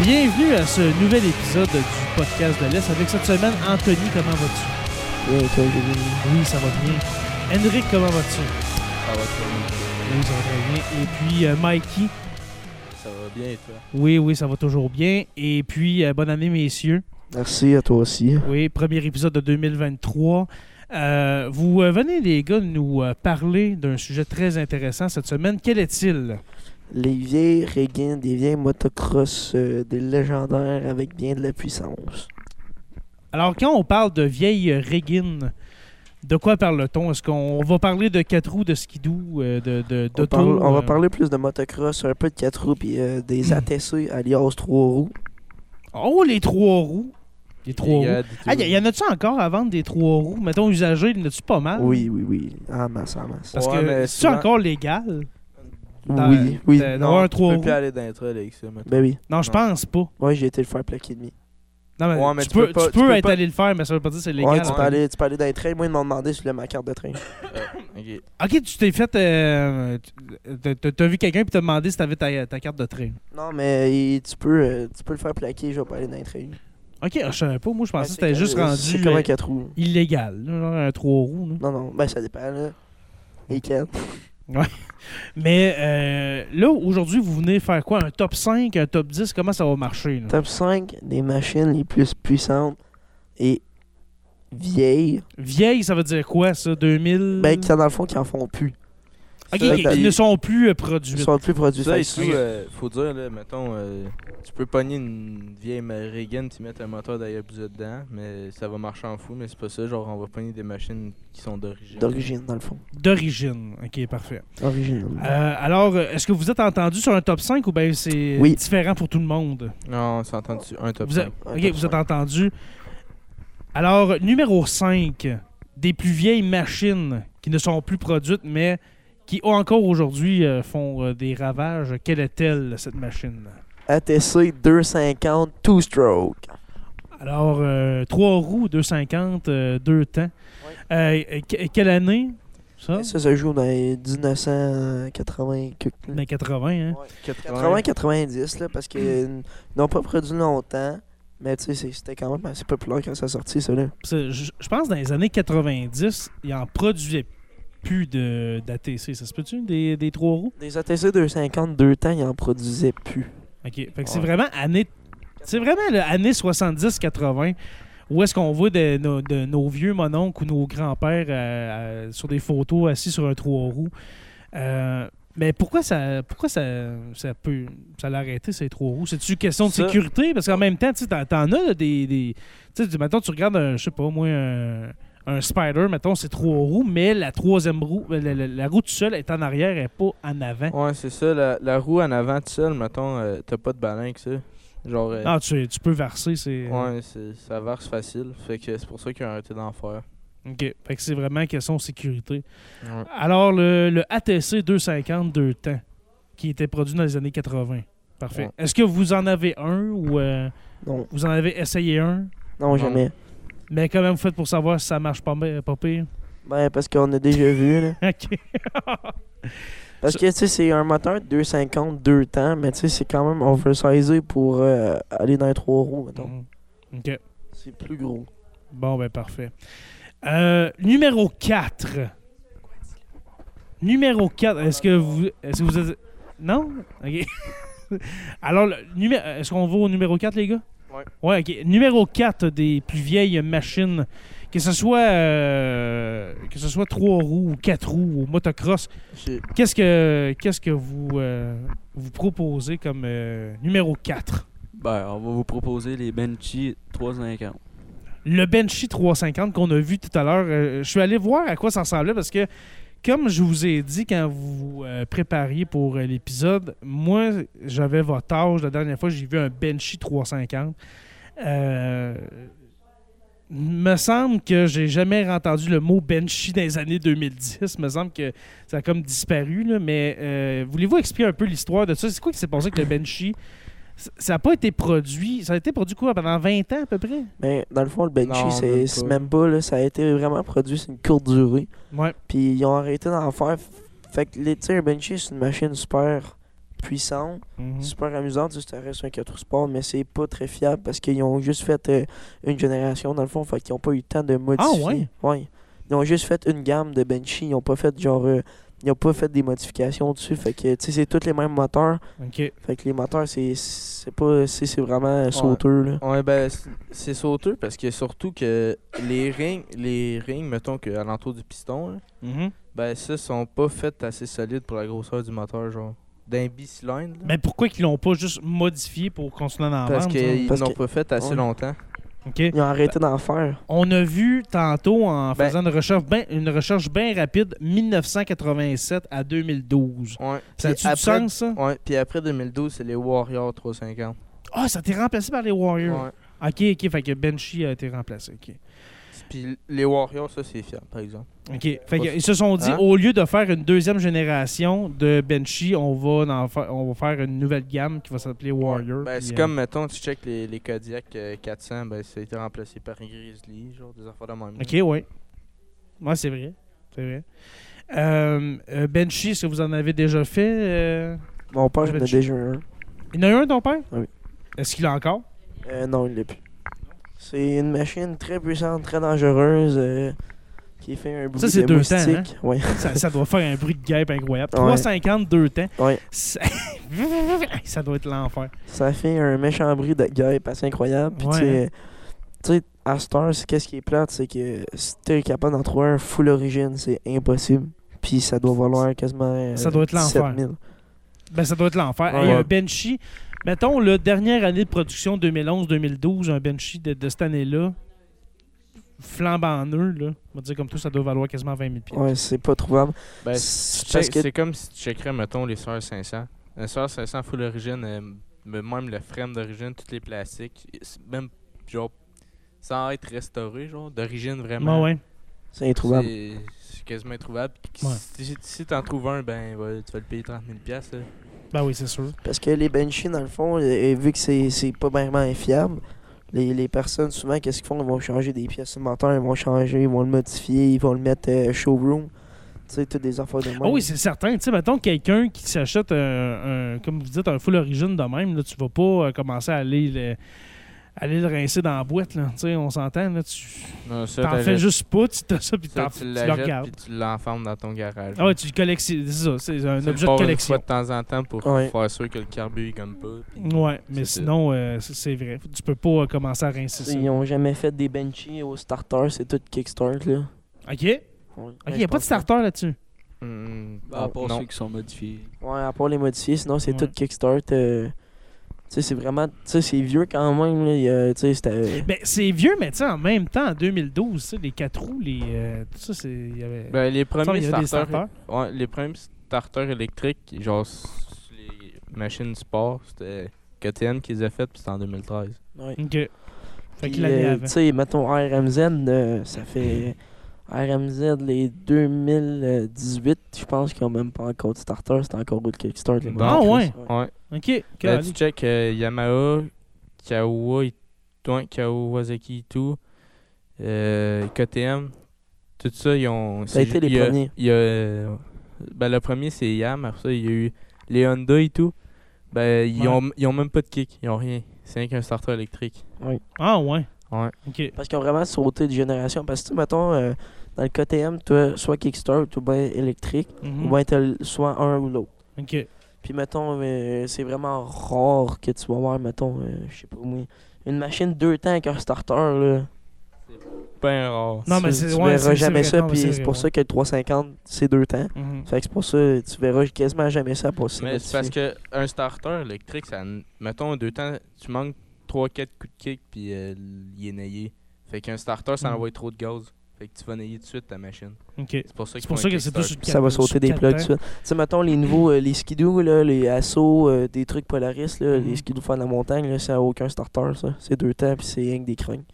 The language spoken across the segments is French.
Bienvenue à ce nouvel épisode du podcast de l'Est. Avec cette semaine, Anthony, comment vas-tu? Bien, toi, Kevin. Oui, ça va bien. Henrik, comment vas-tu? Ça va très Oui, ça va très bien. Et puis euh, Mikey, bien. Ça va bien et toi? oui, oui, ça va toujours bien. Et puis, euh, bonne année, messieurs. Merci à toi aussi. Oui, premier épisode de 2023. Euh, vous euh, venez, les gars, nous euh, parler d'un sujet très intéressant cette semaine. Quel est-il? Les vieilles regains, des vieilles motocross, euh, des légendaires avec bien de la puissance. Alors, quand on parle de vieille euh, régine, de quoi parle-t-on? Est-ce qu'on on va parler de quatre roues, de skidoo, euh, de, de, On, d'auto, parle- on euh, Hmm. va parler plus de motocross, un peu de 4 roues, puis euh, des ATC, alias 3 roues. Oh, les trois roues! Les trois roues. Ah, y, y en a-tu encore à vendre des trois roues? Mettons, usagers, y en a-tu pas mal? Oui, oui, oui. En masse, en masse. Parce Ouais, que mais c'est souvent- encore légal Dans- Oui, oui. dans- euh, Non, un tu trois peux roues. plus aller d'un trail avec ça maintenant. Ben oui. Non, je Non. pense pas. Moi, j'ai été le faire plaquer demi. Non, mais, Ouais, mais tu, peux, tu peux être pas- allé le faire, mais ça veut pas dire que c'est légal. Ouais, tu hein. peux aller, tu peux aller dans les trains. Moi, ils m'ont demandé si je voulais ma carte de train. Ok. Ok, tu t'es fait. euh, t'as- t'as t'as vu quelqu'un puis t'as demandé si t'avais ta, ta carte de train. Non, mais il- tu peux, euh, tu peux le faire plaquer, je vais pas aller dans les trains. Ok, ah, je savais pas. Moi, je Ben, pensais que c'est c'était comme- juste C'est rendu comme euh, un 4 roues. illégal, là, genre un trois roues. là. Non, non, ben ça dépend, là. Les 4. Mais euh, là, aujourd'hui, vous venez faire quoi Un top 5, un top 10 Comment ça va marcher là? Top 5 des machines les plus puissantes et vieilles. Vieille, ça veut dire quoi, ça 2000 Ben, qui sont dans le fond, qui en font plus. Ok, ça, qui- ben- qui ne sont plus euh, Ils produites. sont plus produits. Ça, Fait et que tout, euh, faut dire, là, mettons, euh, tu peux pogner une vieille Reagan puis mettre un moteur d'Hayabusa dedans, mais ça va marcher en fou, mais c'est pas ça. Genre, on va pogner des machines qui sont d'origine. D'origine, dans le fond. D'origine. Ok, parfait. Origine. Ah. Euh, alors, euh, est-ce que vous êtes entendu sur un top 5 ou bien c'est Oui. différent pour tout le monde Non, on s'entend dessus. Un top Vous, 5. êtes- Un ok, top vous êtes cinq. entendu. Alors, numéro 5, des plus vieilles machines qui ne sont plus produites, mais qui encore aujourd'hui euh, font euh, des ravages. Quelle est-elle, cette machine ATC 250 two-stroke. Alors, 3 roues, 250, 2 temps. Euh, euh, que- quelle année Ah. Ça, Ça, ça joue dans les 1980. Dans les 80, hein? 80-90, là, parce qu'ils n'ont pas produit longtemps. Mais tu sais, c'est- c'était quand même assez populaire quand ça sortit, ça, là. C'est- Je je pense que dans les années 90, ils en produisaient plus de- d'ATC. Ça se peut-tu, des, des 3 roues? Des ATC 250, deux temps, ils en produisaient plus. OK. Fait que c'est Ouais. vraiment année. C'est vraiment l'année 70-80 où est-ce qu'on voit de, nos- de nos vieux mononcles ou nos grands-pères euh, euh, sur des photos assis sur un trois roues. Euh, mais pourquoi ça pourquoi ça, ça peut ça l'a arrêté ces trois roues? C'est-tu question de Ça- sécurité? Parce qu'en même temps, tu sais, t'en, t'en as là, des. des tu sais, mettons, tu regardes un, je sais pas moi, un, un spider, mettons, c'est trois roues, mais la troisième roue, euh, la, la- la roue toute seule est en arrière, elle est pas en avant. Ouais, c'est ça. La, la roue en avant tout seul, mettons, euh, t'as pas de ballon avec ça. Genre, euh, Ah, tu, tu peux verser, c'est. ouais, c'est- ça verse facile. Fait que c'est pour ça qu'ils ont arrêté d'en faire. OK. Fait que c'est vraiment question de sécurité. Ouais. Alors, le, le ATC 250 2 temps, qui était produit dans les années 80. Parfait. Ouais. Est-ce que vous en avez un ou euh, Non, vous en avez essayé un? non, jamais. Mais comment vous faites pour savoir si ça marche pas, mi- pas pire? Ben, parce qu'on a déjà vu, là. OK. Parce que, tu sais, c'est un moteur de 250, deux temps, mais tu sais, c'est quand même oversizé pour euh, aller dans les trois roues, Mhm. mettons. Mm. OK. C'est plus gros. Bon, ben parfait. Euh, numéro 4. Numéro 4. Est-ce que vous... Est-ce que vous êtes... Non? OK. Alors, le numé- est-ce qu'on va au numéro 4, les gars? Ouais. Ouais, OK. Numéro 4 des plus vieilles machines, que ce soit euh, que ce soit 3 roues ou 4 roues ou motocross, J'ai- qu'est-ce que qu'est-ce que vous euh, vous proposez comme euh, numéro 4? Ben, on va vous proposer les Benchy 350. le Benchy 350 qu'on a vu tout à l'heure, euh, je suis allé voir à quoi ça ressemblait parce que, comme je vous ai dit quand vous vous euh, prépariez pour euh, l'épisode, moi, j'avais votre âge. La dernière fois, j'ai vu un Benchy 350. Euh, me semble que j'ai jamais entendu le mot Benchy dans les années 2010. me semble que ça a comme disparu. là, mais euh, voulez-vous expliquer un peu l'histoire de ça? C'est quoi qui s'est passé avec le Benchy? C- Ça n'a pas été produit. Ça a été produit quoi? Pendant 20 ans à peu près? Mais dans le fond, le Non, Benchy, c'est même c'est pas. même pas, là. Ça a été vraiment produit, c'est une courte durée. Ouais. Puis ils ont arrêté d'en faire. Fait que, les- tu sais, un Benchy, c'est une machine super puissante, Mhm. super amusante. Tu sais, ça reste un 4 sports, mais c'est pas très fiable parce qu'ils ont juste fait euh, une génération dans le fond, fait qu'ils ont pas eu le temps de modifier. Ah, ouais? Ouais. Ils ont juste fait une gamme de Benchy, ils ont pas fait genre. euh, ils ont pas fait des modifications dessus, fait que tu sais, c'est tous les mêmes moteurs. Ok. Fait que les moteurs, c'est c'est pas. C'est c'est vraiment euh, sauteur, là. Ouais, ben, c- c'est sauteux parce que surtout que les rings, les rings mettons que à l'entour du piston, là, Mhm. ben, ça, sont pas faites assez solides pour la grosseur du moteur, genre. D'un bicylindre, là, Mais pourquoi qu'ils l'ont pas juste modifié pour qu'on se donne en parce vente, hein? qu'ils Parce n'ont que- pas fait assez Ouais. longtemps. ça? Ok. Ils ont arrêté d'en faire. On a vu tantôt en Ben- faisant une recherche bien une recherche bien rapide 1987 à 2012. Ouais. Ça Puis a-tu du après, sens, ça? ouais, puis après 2012, c'est les Warrior 350. Ah, ça a été remplacé par les Warriors. Ouais. Ok, ok, fait que Benchy a été remplacé. Ok. Puis les Warriors, ça, c'est fiable, par exemple. OK. Fait que, Pas- ils se sont dit, Hein? au lieu de faire une deuxième génération de Benchy, on va, en fa- on va faire une nouvelle gamme qui va s'appeler Warrior. Ben, puis, c'est euh, comme, mettons, tu check les, les Kodiak euh, 400, ben, ça a été remplacé par une Grizzly, genre des affaires de même. OK, ouais. Ouais, c'est vrai. C'est vrai. Euh, euh, Benchy, est-ce que vous en avez déjà fait? euh? Mon père, j'en ai Benchy. déjà eu un. Il y en a un, ton père? Ah Oui. Est-ce qu'il l'a encore? Euh, non, il l'a plus. C'est une machine très puissante, très dangereuse, euh, qui fait un bruit c'est de deux temps, hein? moustique. Ouais. ça, ça doit faire un bruit de guêpe incroyable. Ouais. 3,50, deux temps. Ouais. Ça... ça doit être l'enfer. Ça fait un méchant bruit de guêpe assez incroyable. Puis Ouais, tu sais, tu sais, à cette heure, c'est- qu'est-ce qui est plate, c'est que si t'es capable d'en trouver un full origine, c'est impossible. Puis ça doit valoir quasiment euh, Ça doit être l'enfer. 7000. Ben, ça doit être l'enfer. Ouais. Hey, un Benchy, mettons, la dernière année de production, 2011-2012, un Benchy de, de cette année-là, flambant en eux, là, on va dire comme tout, ça doit valoir quasiment 20 000 pieds. Ouais, c'est pas trouvable. Ben, C'est Tu parce check- que- C'est comme si tu checkerais, mettons, les Sœurs 500. Les Sœurs 500 full origine, euh, m- même le frame d'origine, tous les plastiques, y- s- même, genre, sans être restauré, genre, d'origine Ouais, vraiment. Bah ouais. C'est introuvable. C'est c'est quasiment introuvable. Puis qui- Ouais. Si, si t'en trouves un, ben, va- tu vas le payer 30 000 piastres, là. Ben oui, c'est sûr. Parce que les benchies, dans le fond, euh, vu que c'est c'est pas vraiment infiable, les, les personnes, souvent, qu'est-ce qu'ils font? Ils vont changer des pièces de moteur, ils vont changer, ils vont le modifier, ils vont le mettre euh, showroom. Tu sais, toutes des affaires de même. Ah oui, c'est certain. Tu sais, mettons, quelqu'un qui s'achète, un, un- comme vous dites, un full origine de même, là, tu vas pas euh, commencer à aller le, aller le rincer dans la boîte. Là. Tu sais, on s'entend, là, tu Non, ça, t'en fais juste pas, tu t'as ça, puis t'en- ça, tu tu le l'achètes, regardes. puis tu l'enfermes dans ton garage. Ah ouais, tu le collectionnes. C'est ça, c'est un Tu le objet de pars une collection. fois de temps en temps pour Ouais. faire sûr que le carbu, il gomme pas. puis- Ouais, mais C'est- sinon, euh, c- c'est vrai. Tu peux pas euh, commencer à rincer ça. Ils n'ont jamais fait des benchies au starter, c'est tout kickstart, là. OK? Ben, OK, Ouais. il n'y a pas de starter là-dessus. Hmm, Bah, à part non. ceux qui sont modifiés. Ouais, à part les modifier, sinon c'est Ouais. tout kickstart. euh, Tu sais, c'est vraiment. Tu sais, c'est vieux quand même, là. il y a- Tu sais, c'était. Ben, c'est vieux, mais tu sais, en même temps, en 2012, tu sais, les 4 roues, les, euh, tout ça, c'est. il Y avait... Ben, il les me semble premiers qu'il y avait des starters, starters. Ouais, les premiers starters électriques, genre s- les machines sport, c'était KTM qui les a faites, puis c'était en 2013. Ouais. OK. Ben, Fait Puis, qu'il l'année euh, avant. Tu sais, mettons RMZ, euh, ça fait RMZ les 2018, je pense qu'ils ont même pas encore de starter, c'est encore au Kickstart. les Bon. bonnes Ah ouais? prises, Ouais. Ben, OK. Là, Caroline. tu check euh, Yamaha, Kawa, It- ouais, Kawasaki et tout, euh, KTM, tout ça, ils ont. Ça a c'est ju- été les il y a- premiers. il y a, euh, ben, le premier, c'est Yam, après ça, il y a eu les Honda et tout. Ben, ils, Ouais. ont, ils ont même pas de kick, ils ont rien. C'est rien qu'un starter électrique. Ah ouais. Ouais. OK. Parce qu'ils ont vraiment sauté de génération. Parce que, tu sais, mettons, euh, dans le KTM, toi, soit Kickstart ou bien électrique, Mhm. ou bien t'as le- soit un ou l'autre. OK. Puis, mettons, euh, c'est vraiment rare que tu vas voir, mettons, euh, je sais pas moi, une machine deux temps avec un starter, là. Ben rare. Non, Tu- mais c'est- Tu ouais, verras c'est- c'est jamais vrai, ça, non, mais puis c'est c'est vrai, pour ouais. ça que le 350, c'est deux temps. Mhm. Fait que c'est pour ça, euh, tu verras quasiment jamais ça passer. Mais c'est parce que un starter électrique, ça. n- Mettons, deux temps, tu manques 3-4 coups de kick, puis euh, il est naillé. Fait qu'un starter, ça Mm. envoie trop de gaz. Fait que tu vas nailler tout de suite ta machine. OK. C'est pour ça, C'est qu'ils pour font ça un que c'est tout kickstart. sur Ça va quatre- sauter sur des quatre plugs, tout ans. ça. Tu sais, mettons, les nouveaux, euh, les skidoo, là, les assauts, euh, des trucs Polaris, là, Mhm. les skidoo fans de la montagne, là, ça a aucun starter, ça. C'est deux temps, puis c'est rien que des crinques.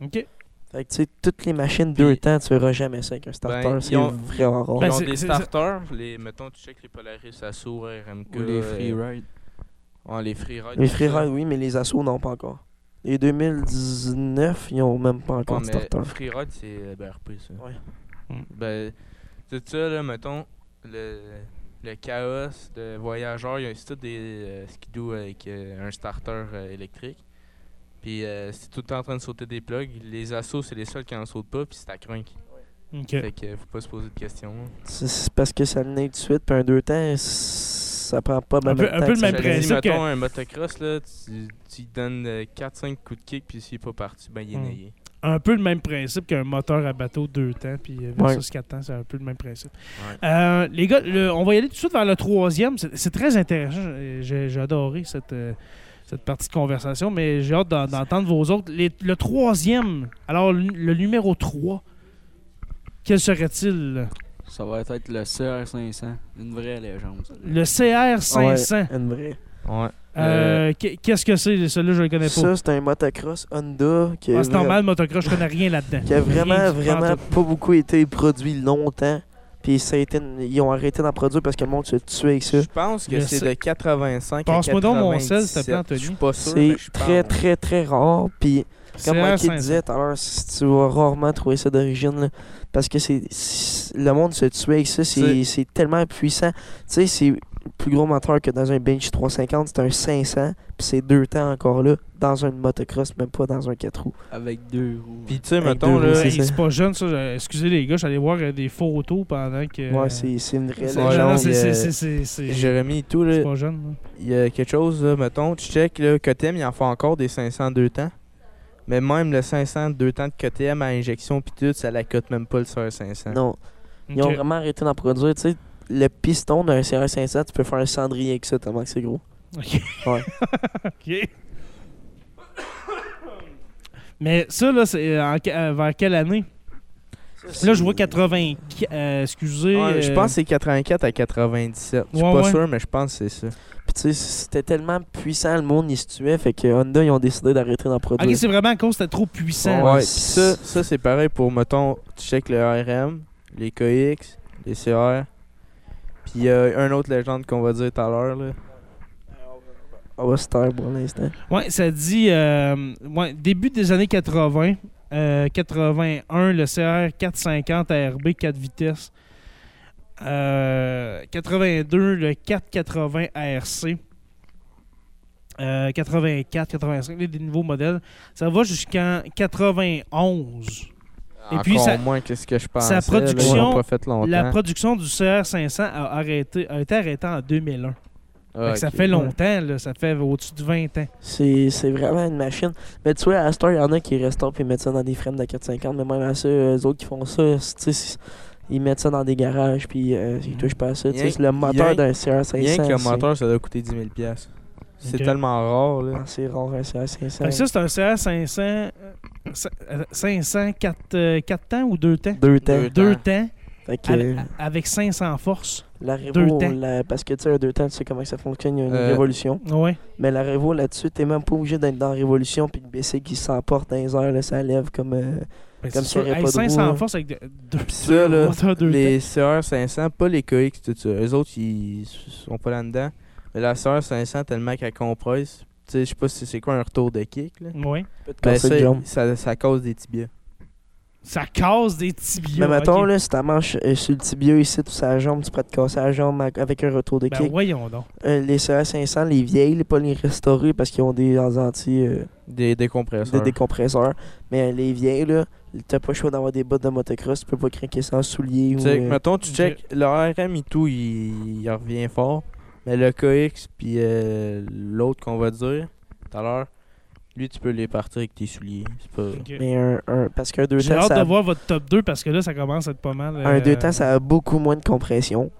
OK. Fait que, tu sais, toutes les machines deux Puis- temps, tu verras jamais ça avec un starter. Ben, c'est ils ont- vraiment rare. Ben, Ils ont c'est- des c'est- starters, les, mettons, tu check les Polaris, Asso, RMK. Ou les euh, freeride. ouais, les freeride. les tout ça. freeride, oui, mais les assauts, non, pas encore. Les 2019, ils ont même pas encore Ouais, de mais starter. freeride, c'est euh, BRP, ben, ça. Ouais. Mm. Ben, c'est ça, là, mettons, le, le Chaos, le Voyageur, il y a- c'est tout des euh, skidoo avec euh, un starter euh, électrique. Puis euh, c'est tout le temps en train de sauter des plugs. Les assos, c'est les seuls qui en sautent pas, puis c'est à crunk. Ok. Fait que euh, faut pas se poser de questions. là. C'est- C'est parce que ça venait de suite, puis un deux temps, ça prend pas mal peu- de un temps peu que le ça même J'aurais arrive. dit, principe. que- mettons, un motocross, là, tu, tu lui donnes 4-5 coups de kick, puis s'il est pas parti, ben il est Hmm. naillé. un peu le même principe qu'un moteur à bateau deux temps, puis euh, versus quatre temps, c'est un peu le même principe. Ouais. Euh, les gars, le- on va y aller tout de suite vers le troisième. C'est c'est très intéressant. J'ai j'ai adoré cette, euh, cette partie de conversation, mais j'ai hâte d'en- d'entendre vos autres. Les- le troisième, alors le, le numéro 3, quel serait-il? Ça va être le CR500. Une vraie légende. ça. Le CR500. Ouais, une vraie. Ouais. Euh, qu'est- Qu'est-ce que c'est? Celui-là, je le connais pas. Ça, c'est un motocross Honda qui Ah, a, c'est vra- normal, motocross, je connais rien là-dedans. qui a Rien vraiment, du vraiment pantoute. pas beaucoup été produit longtemps. Puis ça a été une- ils ont arrêté d'en produire parce que le monde se tuait avec ça. Je pense que Le c'est se- de 85 à Passe-moi donc mon sel, 97. s'il te plaît, Anthony. Je suis pas sûr, C'est mais je très, pense. très, très rare. Puis comme Mikey CR500. disait tout à l'heure, si tu vas rarement trouver ça d'origine. là, Parce que c'est c'est- le monde se tue avec ça. C'est C'est- c'est tellement puissant. Tu sais, c'est plus gros moteur que dans un bench 350. C'est un 500. Puis c'est deux temps encore là. Dans un motocross, même pas dans un 4 roues. Avec deux roues. Puis tu sais, Avec mettons, deux là, roues, Hey, c'est ça. c'est pas jeune, ça. Euh, Excusez les gars, j'allais voir euh, des photos pendant que. euh, Ouais, c'est c'est une vraie C'est- Ouais, non, légende. non, genre, c'est- il, c'est- euh, c'est- c'est- c'est- Jérémy et tout, c'est là, pas jeune. là. il y a quelque chose, là, mettons, tu check, là, KTM, il en fait encore des 500 deux temps. Mais même le 500 deux temps de KTM à injection pis tout, ça la cote même pas le sur 500. Non, ils ont Ok. vraiment arrêté d'en produire. Tu sais, le piston d'un CR500, tu peux faire un cendrier avec ça tellement que c'est gros. Ok. Ouais. Ok. Mais ça, là, c'est euh, en que- euh, vers quelle année? Là, je vois 80. euh, excusez. Ouais, je euh, pense que c'est 84 à 97. Je suis Ouais, pas ouais. sûr, mais je pense que c'est ça. Puis tu sais, c'était tellement puissant, le monde, il se tuait. Fait que Honda, ils ont décidé d'arrêter d'en produire. Ok, c'est vraiment à cause, c'était trop puissant. Ouais, Ouais, pis ça, c'est- ça c'est pareil pour, mettons, tu check le RM, les KX, les CR. Puis il y a un autre légende qu'on va dire tout à l'heure, là. On va se taire pour l'instant. Ouais, ça dit euh, ouais, début des années 80, euh, 81, le CR 450 ARB 4 vitesses, Euh, 82, le 480 ARC, Euh, 84, 85, les- des nouveaux modèles. Ça va jusqu'en 91. Et puis, Encore ça- moins que ce que je pense. production- pas fait longtemps. La production du CR500 a, arrêté, a été arrêtée en 2001. Ah, Fait que Ça ok. fait longtemps, là, ça fait au-dessus de 20 ans. C'est c'est vraiment une machine. Mais tu vois, à Star, il y en a qui restaurent puis ils mettent ça dans des frames de 450. Mais même à ça, eux autres qui font ça, tu sais, ils mettent ça dans des garages puis euh, ils touchent pas à ça. Tu sais, Rien- c'est le moteur rien- d'un CR500. Rien qu'un c'est- moteur, ça doit coûter 10 000 pièces. C'est Ok. tellement rare, là. Ah, C'est rare un CR500. Fait que ça, c'est un CR 500, euh, 500, 4, temps euh, ou 2 temps? Deux temps. Deux. 2 temps, Fait que, avec- euh, avec 500 forces. la deux Revo, temps. la- parce que tu sais, un deux temps, tu sais comment ça fonctionne, il y a une Euh, révolution. Ouais. Mais la Revo là-dessus, t'es même pas obligé d'être dans la révolution puis de baisser qui s'emporte dans les airs, là, ça lève comme. euh, Ben, Comme c'est s'il y sûr. aurait pas de 500 roue, hein. forces avec 2 Pis ça, là, moteurs 2 les CR500, pas les KX, tout ça. Eux autres, ils sont pas là-dedans. Mais la CR500, tellement qu'elle compresse, tu sais, je sais pas si c'est quoi un retour de kick, là. temps. Ouais. peut te Ben, casser ça, le jambe. ça, ça cause des tibias. Ça casse des tibias. Mais mettons, ok. là, si ta manche euh, sur le tibia ici, tout sa jambe, tu peux te casser la jambe à- avec un retour de Ben kick. voyons donc. Euh, les CR500, les vieilles, les- pas les restaurées parce qu'ils ont des des anti euh, Des des décompresseurs. décompresseurs. Mais euh, les vieilles, là, t'as pas le choix d'avoir des bottes de motocross, tu peux pas craquer ça en soulier Tu ou. sais, euh, mettons, tu check, le RM et tout, il, il revient fort. Mais le KX, puis euh, l'autre qu'on va dire tout à l'heure, lui, tu peux les partir avec tes souliers. C'est pas... Ok. Euh, mais un, un- parce qu'un deux J'ai temps, hâte ça de a voir votre top 2 parce que là, ça commence à être pas mal. Un euh, 2 temps, ça a beaucoup moins de compression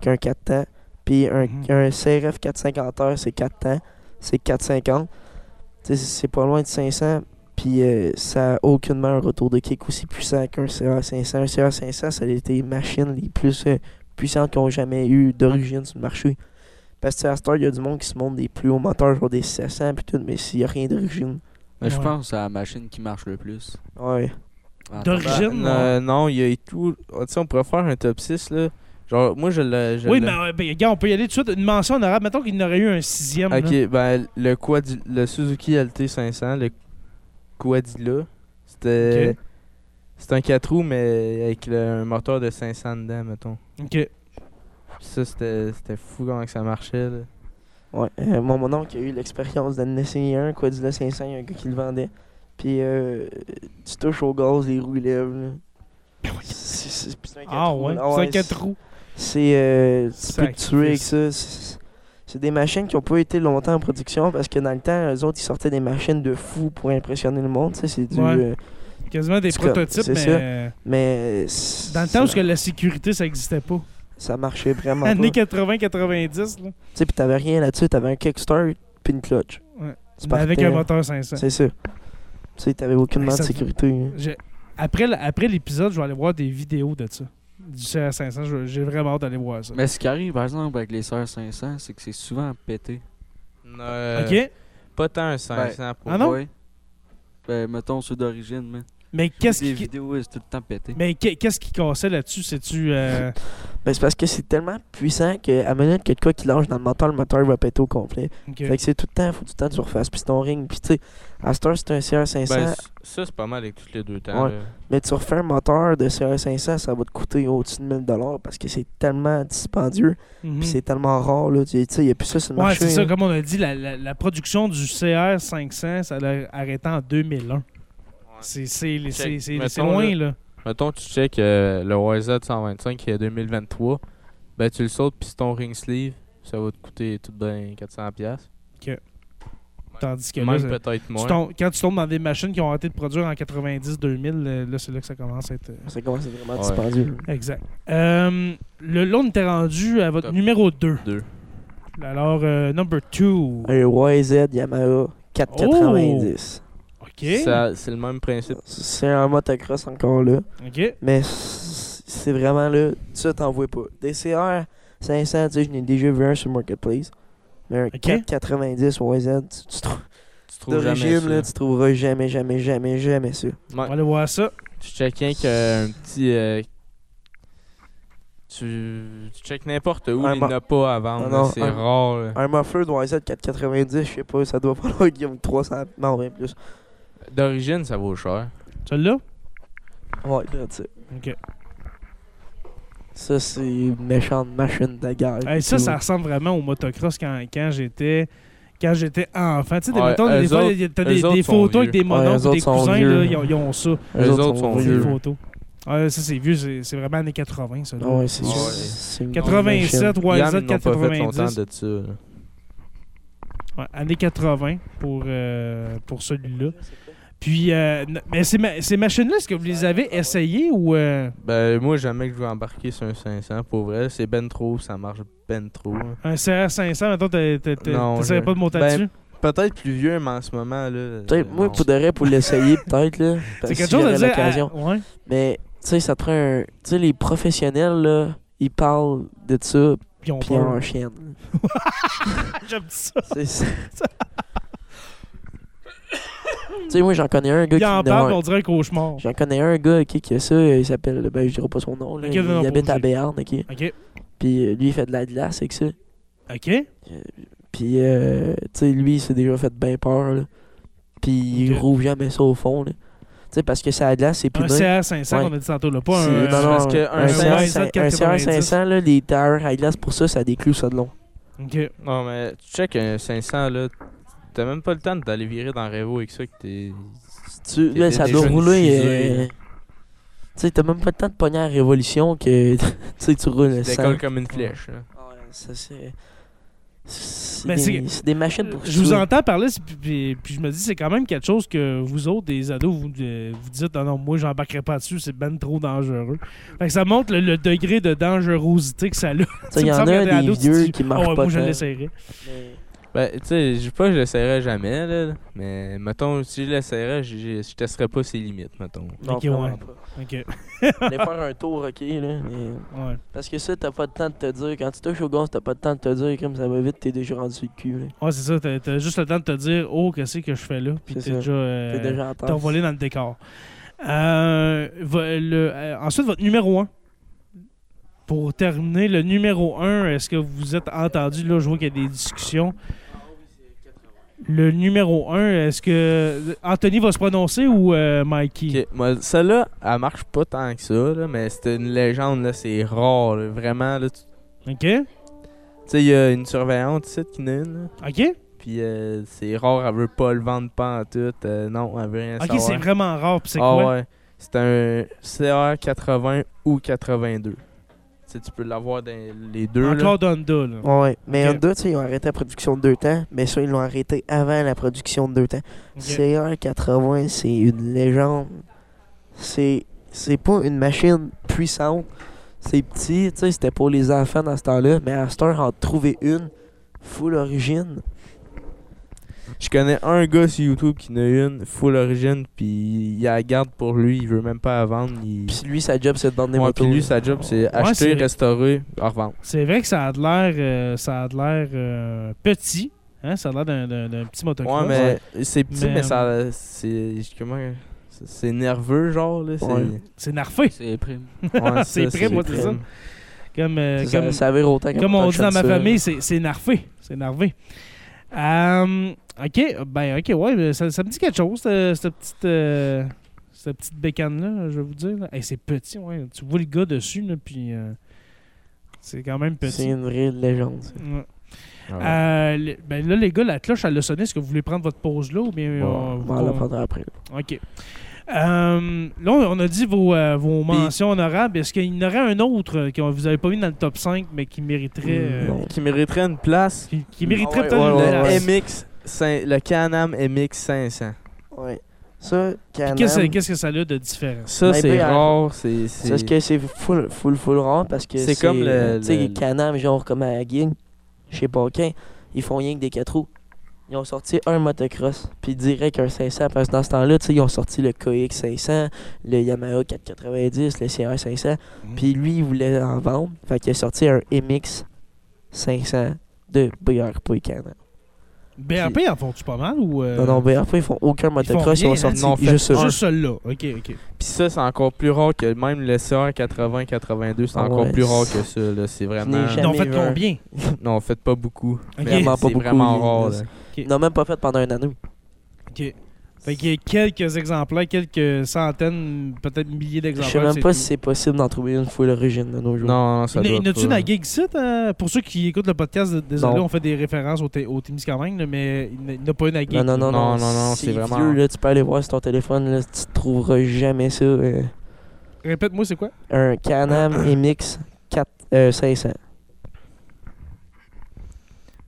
qu'un 4 temps. Puis un, Mhm. un CRF 450 heures, c'est 4 temps. C'est 450. Tu sais, c'est pas loin de 500. Puis euh, ça a aucunement un retour de kick aussi puissant qu'un CR500. Un CR500, ça a été les machines les plus euh, puissantes qu'on ait jamais eu d'origine sur le marché. Parce que à cette heure, il y a du monde qui se monte des plus hauts moteurs, genre des 700 puis tout, mais s'il n'y a rien d'origine. Mais je Ouais. pense que c'est la machine qui marche le plus. Ouais. En D'origine. tabac. Ben, Jim, euh, non, il y a eu tout. Ah, Tu sais, on pourrait faire un top 6, là. Genre, moi, je l'ai. je Oui, l'ai- mais euh, ben, gars, on peut y aller tout de suite. Une mention en arabe. Mettons qu'il y en aurait eu un sixième. là. Ok, ben, le, quad... le Suzuki LT500, le Quadilla, c'était. Ok. C'est un 4 roues, mais avec le- un moteur de 500 dedans, mettons. Ok. Ça, c'était c'était fou comment que ça marchait. là. Ouais, euh, mon, mon oncle a eu l'expérience d'en essayer un, Quadilla 500, il y a un gars qui le vendait. Puis euh, tu touches au gaz, les roues ils lèvent. là. C'est c'est- puis c'est un quatre Ben Ah roues, ouais, là. c'est un ouais, 4 roues. C'est. euh, tu peux te Sacrifice. tuer avec ça. C'est- C'est des machines qui ont pas été longtemps en production parce que dans le temps, eux autres, ils sortaient des machines de fous pour impressionner le monde. Tu sais, c'est du. Ouais. euh, Quasiment des C'est comme- prototypes, c'est mais ça. euh, mais. c'est- dans le temps où ça, ce que la sécurité, ça n'existait pas. ça marchait vraiment pas. Années Tu 80-90, là. sais, puis t'avais rien là-dessus, t'avais un kickstart puis une clutch. Ouais. Tu Mais avec un partais, moteur 500. hein. C'est ça. Tu sais, t'avais aucunement Ouais, de ça- sécurité. hein. Je- Après, l- après l'épisode, je vais aller voir des vidéos de ça. Du CR500, je- j'ai vraiment hâte d'aller voir ça. Mais ce qui arrive, par exemple, avec les sœurs 500, c'est que c'est souvent pété. Euh, OK? Pas tant un 500 pour Ah non? Ouais. Ben, mettons ceux d'origine, man. Mais qu'est-ce Les qui... vidéos, c'est tout le temps pété. Mais qu'est- qu'est-ce qui cassait là-dessus? C'est-tu... euh, Ben, c'est parce que c'est tellement puissant que à minute que de quoi qui lâche dans le moteur, le moteur va péter au complet. ok. Fait que c'est tout le temps, faut tout le temps que tu refasses. Puis c'est ton ring. Puis tu sais, à cette heure, c'est un CR500. Ben, c- ça, c'est pas mal avec tous les deux temps. Ouais. là. mais tu refais un moteur de CR500, ça va te coûter au-dessus de 1000$ parce que c'est tellement dispendieux. Mhm. Puis c'est tellement rare. Là, tu tu sais, il n'y a plus ça sur le Ouais, marché. c'est ça. hein. Comme on a dit, la, la- la production du CR500, ça l'a arrêté en 2001. C'est- C'est c'est- c'est- c'est- c'est Mettons, loin, là. là. Mettons, tu check euh, le YZ 125 qui est 2023. Ben, tu le sautes, puis c'est ton ring sleeve, ça va te coûter tout bien 400$. piastres. Tandis que là, Même ça- peut-être tu moins. tombes- quand tu tombes dans des machines qui ont arrêté de produire en 90-2000, là, là, c'est là que ça commence à être... euh, Ça commence à être vraiment Ouais. dispendieux. Exact. Euh, le long était rendu à votre Top. numéro 2. Deux. Alors, euh, number 2. OK. Un YZ Yamaha 490. Oh! Ça- C'est le même principe. C'est un motocross encore là. OK. Mais c- c'est vraiment là, ça t'en vois pas. Des CR 500, tu sais, je n'ai déjà vu un sur Marketplace. Mais un Ok. 490 YZ, tu, tu trou- Tu trouves jamais d'origine, là, ça. tu trouveras jamais, jamais, jamais, jamais ça. On Ouais. va aller voir ça. Tu check un que- un petit. euh, tu, tu check n'importe où, Un il mo- n'a pas à vendre. Non, là, non, c'est un- rare. là. Un muffler de YZ 490, je sais pas, ça doit pas être Guillaume 300, non, même plus. D'origine, ça vaut cher. Celle-là? Ouais, là, tu sais. OK. Ça, c'est une méchante machine de guerre. Hey, ça, ça ressemble vraiment au motocross quand, quand j'étais quand j'étais enfant. Tu sais, des, Ouais, mettons, eux des fois, autres- il y a- t'as eux des, autres des sont photos vieux. avec des Ouais, mononcles eux ou des autres sont cousins, vieux. là, ils, ont, ils ont ça. Eux autres sont Des vieux. photos. Ah, ça, c'est vieux, c'est c'est vraiment années 80, ça. là. Ah Ouais, c'est Ouais. sûr. c'est une grande machine. 87, Yann, YZ ils n'ont pas fait longtemps 90. de ça. là. Ouais, années 80 pour, euh, pour celui-là. Puis, euh, n- mais ces, ma- ces machines-là, est-ce que vous les avez essayées ou. euh, Ben, moi, jamais que je vais embarquer sur un 500. Pour vrai, c'est ben trop, ça marche ben trop. là. Un CR500, maintenant, Non, tu savais je- pas de monter ben, dessus? Peut-être plus vieux, mais en ce moment, là. Peut-être, euh, moi, non. pour de vrai, pour l'essayer, peut-être, là. parce C'est quelque que chose à j'aurais dire. à- l'occasion. ouais. Mais, tu sais, ça te prend un. Tu sais, les professionnels, là, ils parlent de ça, Puis on puis ils part. ont un chien. J'aime ça. C'est ça. tu sais, moi, j'en connais un gars Il qui. en en parle, on dirait un cauchemar. J'en connais un gars, ok, qui a ça, il s'appelle, ben, je dirai pas son nom, là, Ok, il, non, non, habite pas à obligé. Béarn, ok. OK. Puis euh, lui, il fait de la glace avec ça. OK. Puis, euh, tu sais, lui, il s'est déjà fait bien peur, là. Puis il Ok. rouvre jamais ça au fond, là. Tu sais, parce que sa glace, c'est Un plus CR500, ben, Ouais. on a dit tantôt, là. Pas C'est- un. non, non, parce que un, un CR 500, 500, là, les tailleurs à glace pour ça, ça déclue ça de long. OK. Non, mais tu check un 500, là. T'as même pas le temps d'aller virer dans Revo avec ça que t'es. Tu, T'es là, ça déjà doit rouler. diffusé, euh, Tu sais, t'as même pas le temps de pogner à la révolution que tu sais, tu roules le Tu sang. décolles comme une flèche, là. Ouais, ça, c'est. C'est Mais des, Ben, c'est- c'est des machines pour Euh, Je vous tuer. entends parler, c'est- puis, puis- puis je me dis, c'est quand même quelque chose que vous autres, des ados, vous, euh, vous dites, non, non, moi, j'embarquerai pas dessus, c'est ben trop dangereux. Fait que ça montre le, le degré de dangerosité que ça a. Tu Tu sais, me y en semble qu'il a des des ados, tu vieux dis, Ah qui ouais, marchent pas moi, je tant. l'essayerai. Mais- Ben, tu sais, je dis pas que je l'essayerai jamais, là. Mais, mettons, si je l'essayerais, je- je je testerais pas ses limites, mettons. Non, Ok, vraiment ouais. pas. OK. Ouais. Aller faire un tour, ok, là. mais- Parce que ça, t'as pas le temps de te dire. Quand tu touches au gaz, t'as pas le temps de te dire. Comme ça va vite, t'es déjà rendu sur le cul, là. Ouais, c'est ça. T'as, t'as juste le temps de te dire, oh, qu'est-ce que je fais là? Puis t'es C'est ça. déjà, euh, T'es déjà en tasse. t'as envolé dans le décor. Euh, vo- le- euh, ensuite, votre numéro 1. Pour terminer, le numéro 1, est-ce que vous êtes entendu? Là, je vois qu'il y a des discussions. Le numéro 1, est-ce que Anthony va se prononcer ou euh, Mikey? Ok, moi, celle-là, elle marche pas tant que ça, là, mais c'était une légende, là, c'est rare, là. vraiment, là, tu, OK? Tu sais, il y a une surveillante ici qui en a une, là. OK? Puis euh, c'est rare, elle veut pas le vendre pas en tout. euh, non, elle veut rien OK, savoir. c'est vraiment rare. Puis c'est Ah quoi? ouais. C'est un CR80 ou 82. Tu sais, tu peux l'avoir dans les deux. là. Encore d'Honda, là. Ouais, mais Ok. Honda, tu sais, ils ont arrêté la production de deux temps, mais ça, ils l'ont arrêté avant la production de deux temps. Ok. CR80, c'est une légende. C'est c'est pas une machine puissante. C'est petit, tu sais, c'était pour les enfants dans ce temps-là, mais à cette heure, en trouver une full origine. Je connais un gars sur YouTube qui en a une, full origin, puis il la garde pour lui, il veut même pas la vendre. Il... Puis lui, sa job, c'est de vendre des Ouais, motos. puis lui, là. sa job, c'est Ouais, acheter, c'est- restaurer, en revendre. C'est vrai que ça a de l'air euh, ça a de l'air euh, petit. Hein? Ça a l'air d'un, d'un- d'un petit motocross. Ouais, mais c'est petit, Mais, euh, mais, ça. C'est. Comment. c'est- C'est nerveux, genre, là. C'est. Ouais. C'est narfé. C'est prime. ouais, C'est prêt, moi, c'est c'est ça. prêt. Comme, euh, Ça- comme, ça vire autant qu'un comme on dit dans ma prochain famille, ça. c'est, c'est narfé. C'est narvé. Euh, ok, ben ok, ouais, mais ça, ça me dit quelque chose, cette, cette petite. euh, cette petite bécane-là, je vais vous dire. là. Hey, c'est petit, ouais. Tu vois le gars dessus, là, puis. euh, c'est quand même C'est petit. une vraie légende. ça. Ouais. Ah ouais. Euh, le- ben là, les gars, la cloche, elle a sonné. Est-ce que vous voulez prendre votre pause là ou bien. euh, On vous- va en apprendre après. OK. Euh, là, on a dit vos, euh, vos Puis- mentions honorables. Est-ce qu'il y en aurait un autre euh, que vous avez pas mis dans le top 5, mais qui mériterait. euh, Non. Qui mériterait une place. qui, qui mériterait Ah ouais, peut-être ouais, une ouais, place. ouais. le MX, cin- le Can-Am MX 500. Ouais. Ça, Can-Am, Qu'est-ce que- qu'est-ce que ça a de différent? Ça, Mais c'est ben, rare. C'est c'est- C'est ce que c'est full, full, full rare parce que C'est comme le- Tu sais, le- Canam, genre comme à Guing, chez Paquin, ils font rien que des 4 roues. Ils ont sorti un motocross, puis direct un 500, parce que dans ce temps-là, tu sais, ils ont sorti le KX 500, le Yamaha 490, le CR 500, puis lui, il voulait en vendre, fait qu'il a sorti un MX 500 de BRP Canam. BRP en font-tu pas mal ou. euh, Non, non, BRP, ils font aucun motocross, ils, rien, hein, ont sorti non, fait juste ça. Juste celle-là. OK, OK. Puis ça, c'est encore plus rare que même le CR80-82. C'est Ah encore ouais, plus rare c'est- que ça. là. C'est Je vraiment. n'ai Ils jamais- en fait vu un. combien? Non, faites pas beaucoup. OK. Vraiment pas C'est beaucoup, vraiment il- rare. là. Ils n'ont même pas fait pendant un an. OK. Fait qu'il y a quelques exemplaires, quelques centaines, peut-être milliers Je d'exemplaires. sais même c'est pas tout. si c'est possible d'en trouver une full origine de nos jours. Non, non, Il y en ça a- doit il y en a-tu pas. dans Gig Site euh, Pour ceux qui écoutent le podcast, d- désolé, Non. on fait des références au, Té- au Témiscamingue, là, mais il n'y en a pas une à Gig. Non, non, Non, non, non, non, non, c'est vraiment- vieux, là, tu peux aller voir sur ton téléphone, là, tu trouveras jamais ça. euh, Répète-moi, c'est quoi un Can-Am MX 4, euh, 500.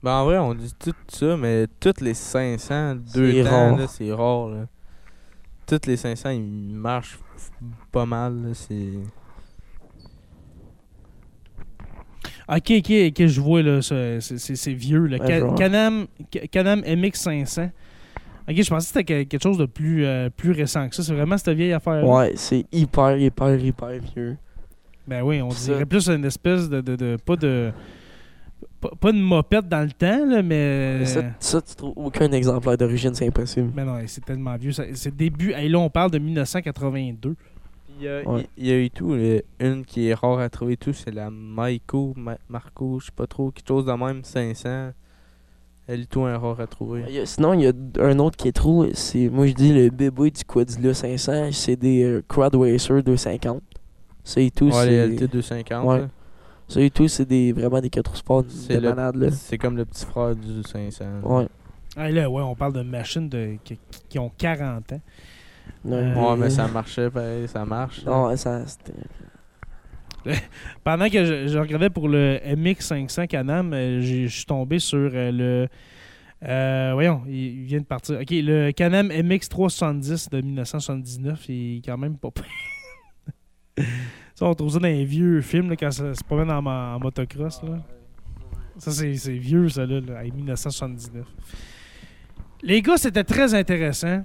Ben, en vrai, on dit tout ça, mais toutes les 500, C'est deux temps, rare. là, c'est rare. là. Toutes les 500, ils marchent f- pas mal. là, C'est. Ok, ok, ok, je vois, là, ça, c'est- c'est c'est vieux. Là. Ouais, Ca- je vois. Can-Am Ca- Can-Am MX500. Ok, je pensais que c'était que- quelque chose de plus, euh, plus récent que ça. C'est vraiment cette vieille affaire. Ouais, c'est hyper, hyper, hyper vieux. Ben oui, on Puis ça- dirait plus une espèce de. de, de- pas de. Pas, pas une mopette dans le temps, là, mais. Euh. Mais Ça, ça, tu trouves aucun exemplaire d'origine, c'est impossible. Mais non, c'est tellement vieux. ça- C'est début. Hey, là, on parle de 1982. euh, Il y, a, Ouais. il- il y a eu tout. là. Une qui est rare à trouver tout, c'est la Maiko, Ma- Marco, je sais pas trop, quelque chose de même, 500. Elle est tout un rare à trouver. Il y a- sinon, il y a d- un autre qui est trop, c'est, moi je dis le bébé du Quadzilla 500, c'est des euh, Quad Racer 250. C'est tout, ouais, les c'est, LT250. Ouais. là. ça et tout, c'est des, vraiment des 4 sports C'est de le- malade, là. C'est comme le petit frère du 500. là. Ouais. Ah, là, ouais, on parle de machines de, qui, qui ont 40 ans. Non, Ouais, mais ça marchait, pareil, ça marche. là. Non, ça, c'était- Pendant que je, je regardais pour le MX500 Canam, euh, j'ai- je suis tombé sur euh, le. euh, voyons, il, il vient de partir. Ok, le Canam MX370 de 1979, il est quand même pas pire. ça, on trouve ça dans les vieux films là, quand ça se promène en, mo- en motocross. Là. Ça, c'est c'est vieux, ça, là, là, en 1979. Les gars, c'était très intéressant.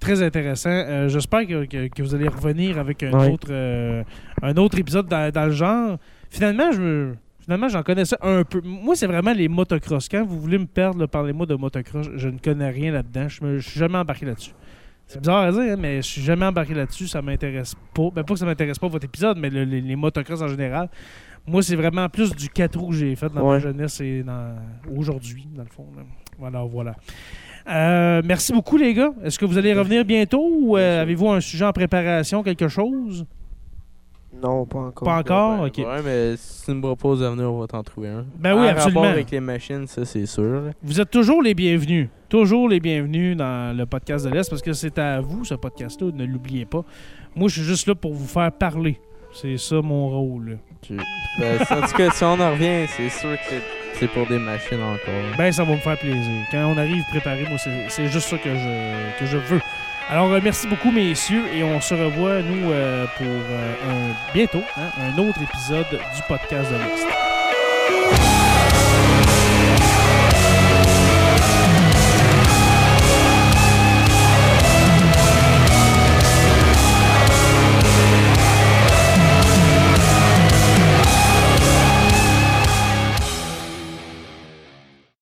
Très intéressant. Euh, J'espère que, que- que vous allez revenir avec un Ouais. autre euh, un autre épisode dans, dans le genre. Finalement, je me- Finalement, j'en connaissais un peu. Moi, c'est vraiment les motocross. Quand vous voulez me perdre, là, parlez-moi de motocross. Je ne connais rien là-dedans. Je ne suis jamais embarqué là-dessus. C'est bizarre à dire, hein, mais je suis jamais embarqué là-dessus. Ça m'intéresse pas. Ben, pas que ça m'intéresse pas votre épisode, mais le- les, les motocross en général. Moi, c'est vraiment plus du 4 roues que j'ai fait dans ma Ouais. jeunesse et dans... aujourd'hui, dans le fond. là. Voilà, voilà. Euh, merci beaucoup, les gars. Est-ce que vous allez revenir bientôt ou euh, avez-vous un sujet en préparation, quelque chose? Non, pas encore. Pas encore? Ben, Ok. Ouais, mais si tu me proposes de venir, on va t'en trouver un. Ben oui, En absolument. rapport avec les machines, ça, c'est sûr. là. Vous êtes toujours les bienvenus. Toujours les bienvenus dans le podcast de l'Est parce que c'est à vous, ce podcast-là. Ne l'oubliez pas. Moi, je suis juste là pour vous faire parler. C'est ça mon rôle. là. Ben, en tout cas, si on en revient, c'est sûr que c'est pour des machines encore. Ben, ça va me faire plaisir. Quand on arrive préparé, moi, c'est c'est juste ça que je, que je veux. Alors, euh, merci beaucoup, messieurs, et on se revoit, nous, euh, pour euh, un- bientôt, hein, un autre épisode du podcast de l'Est.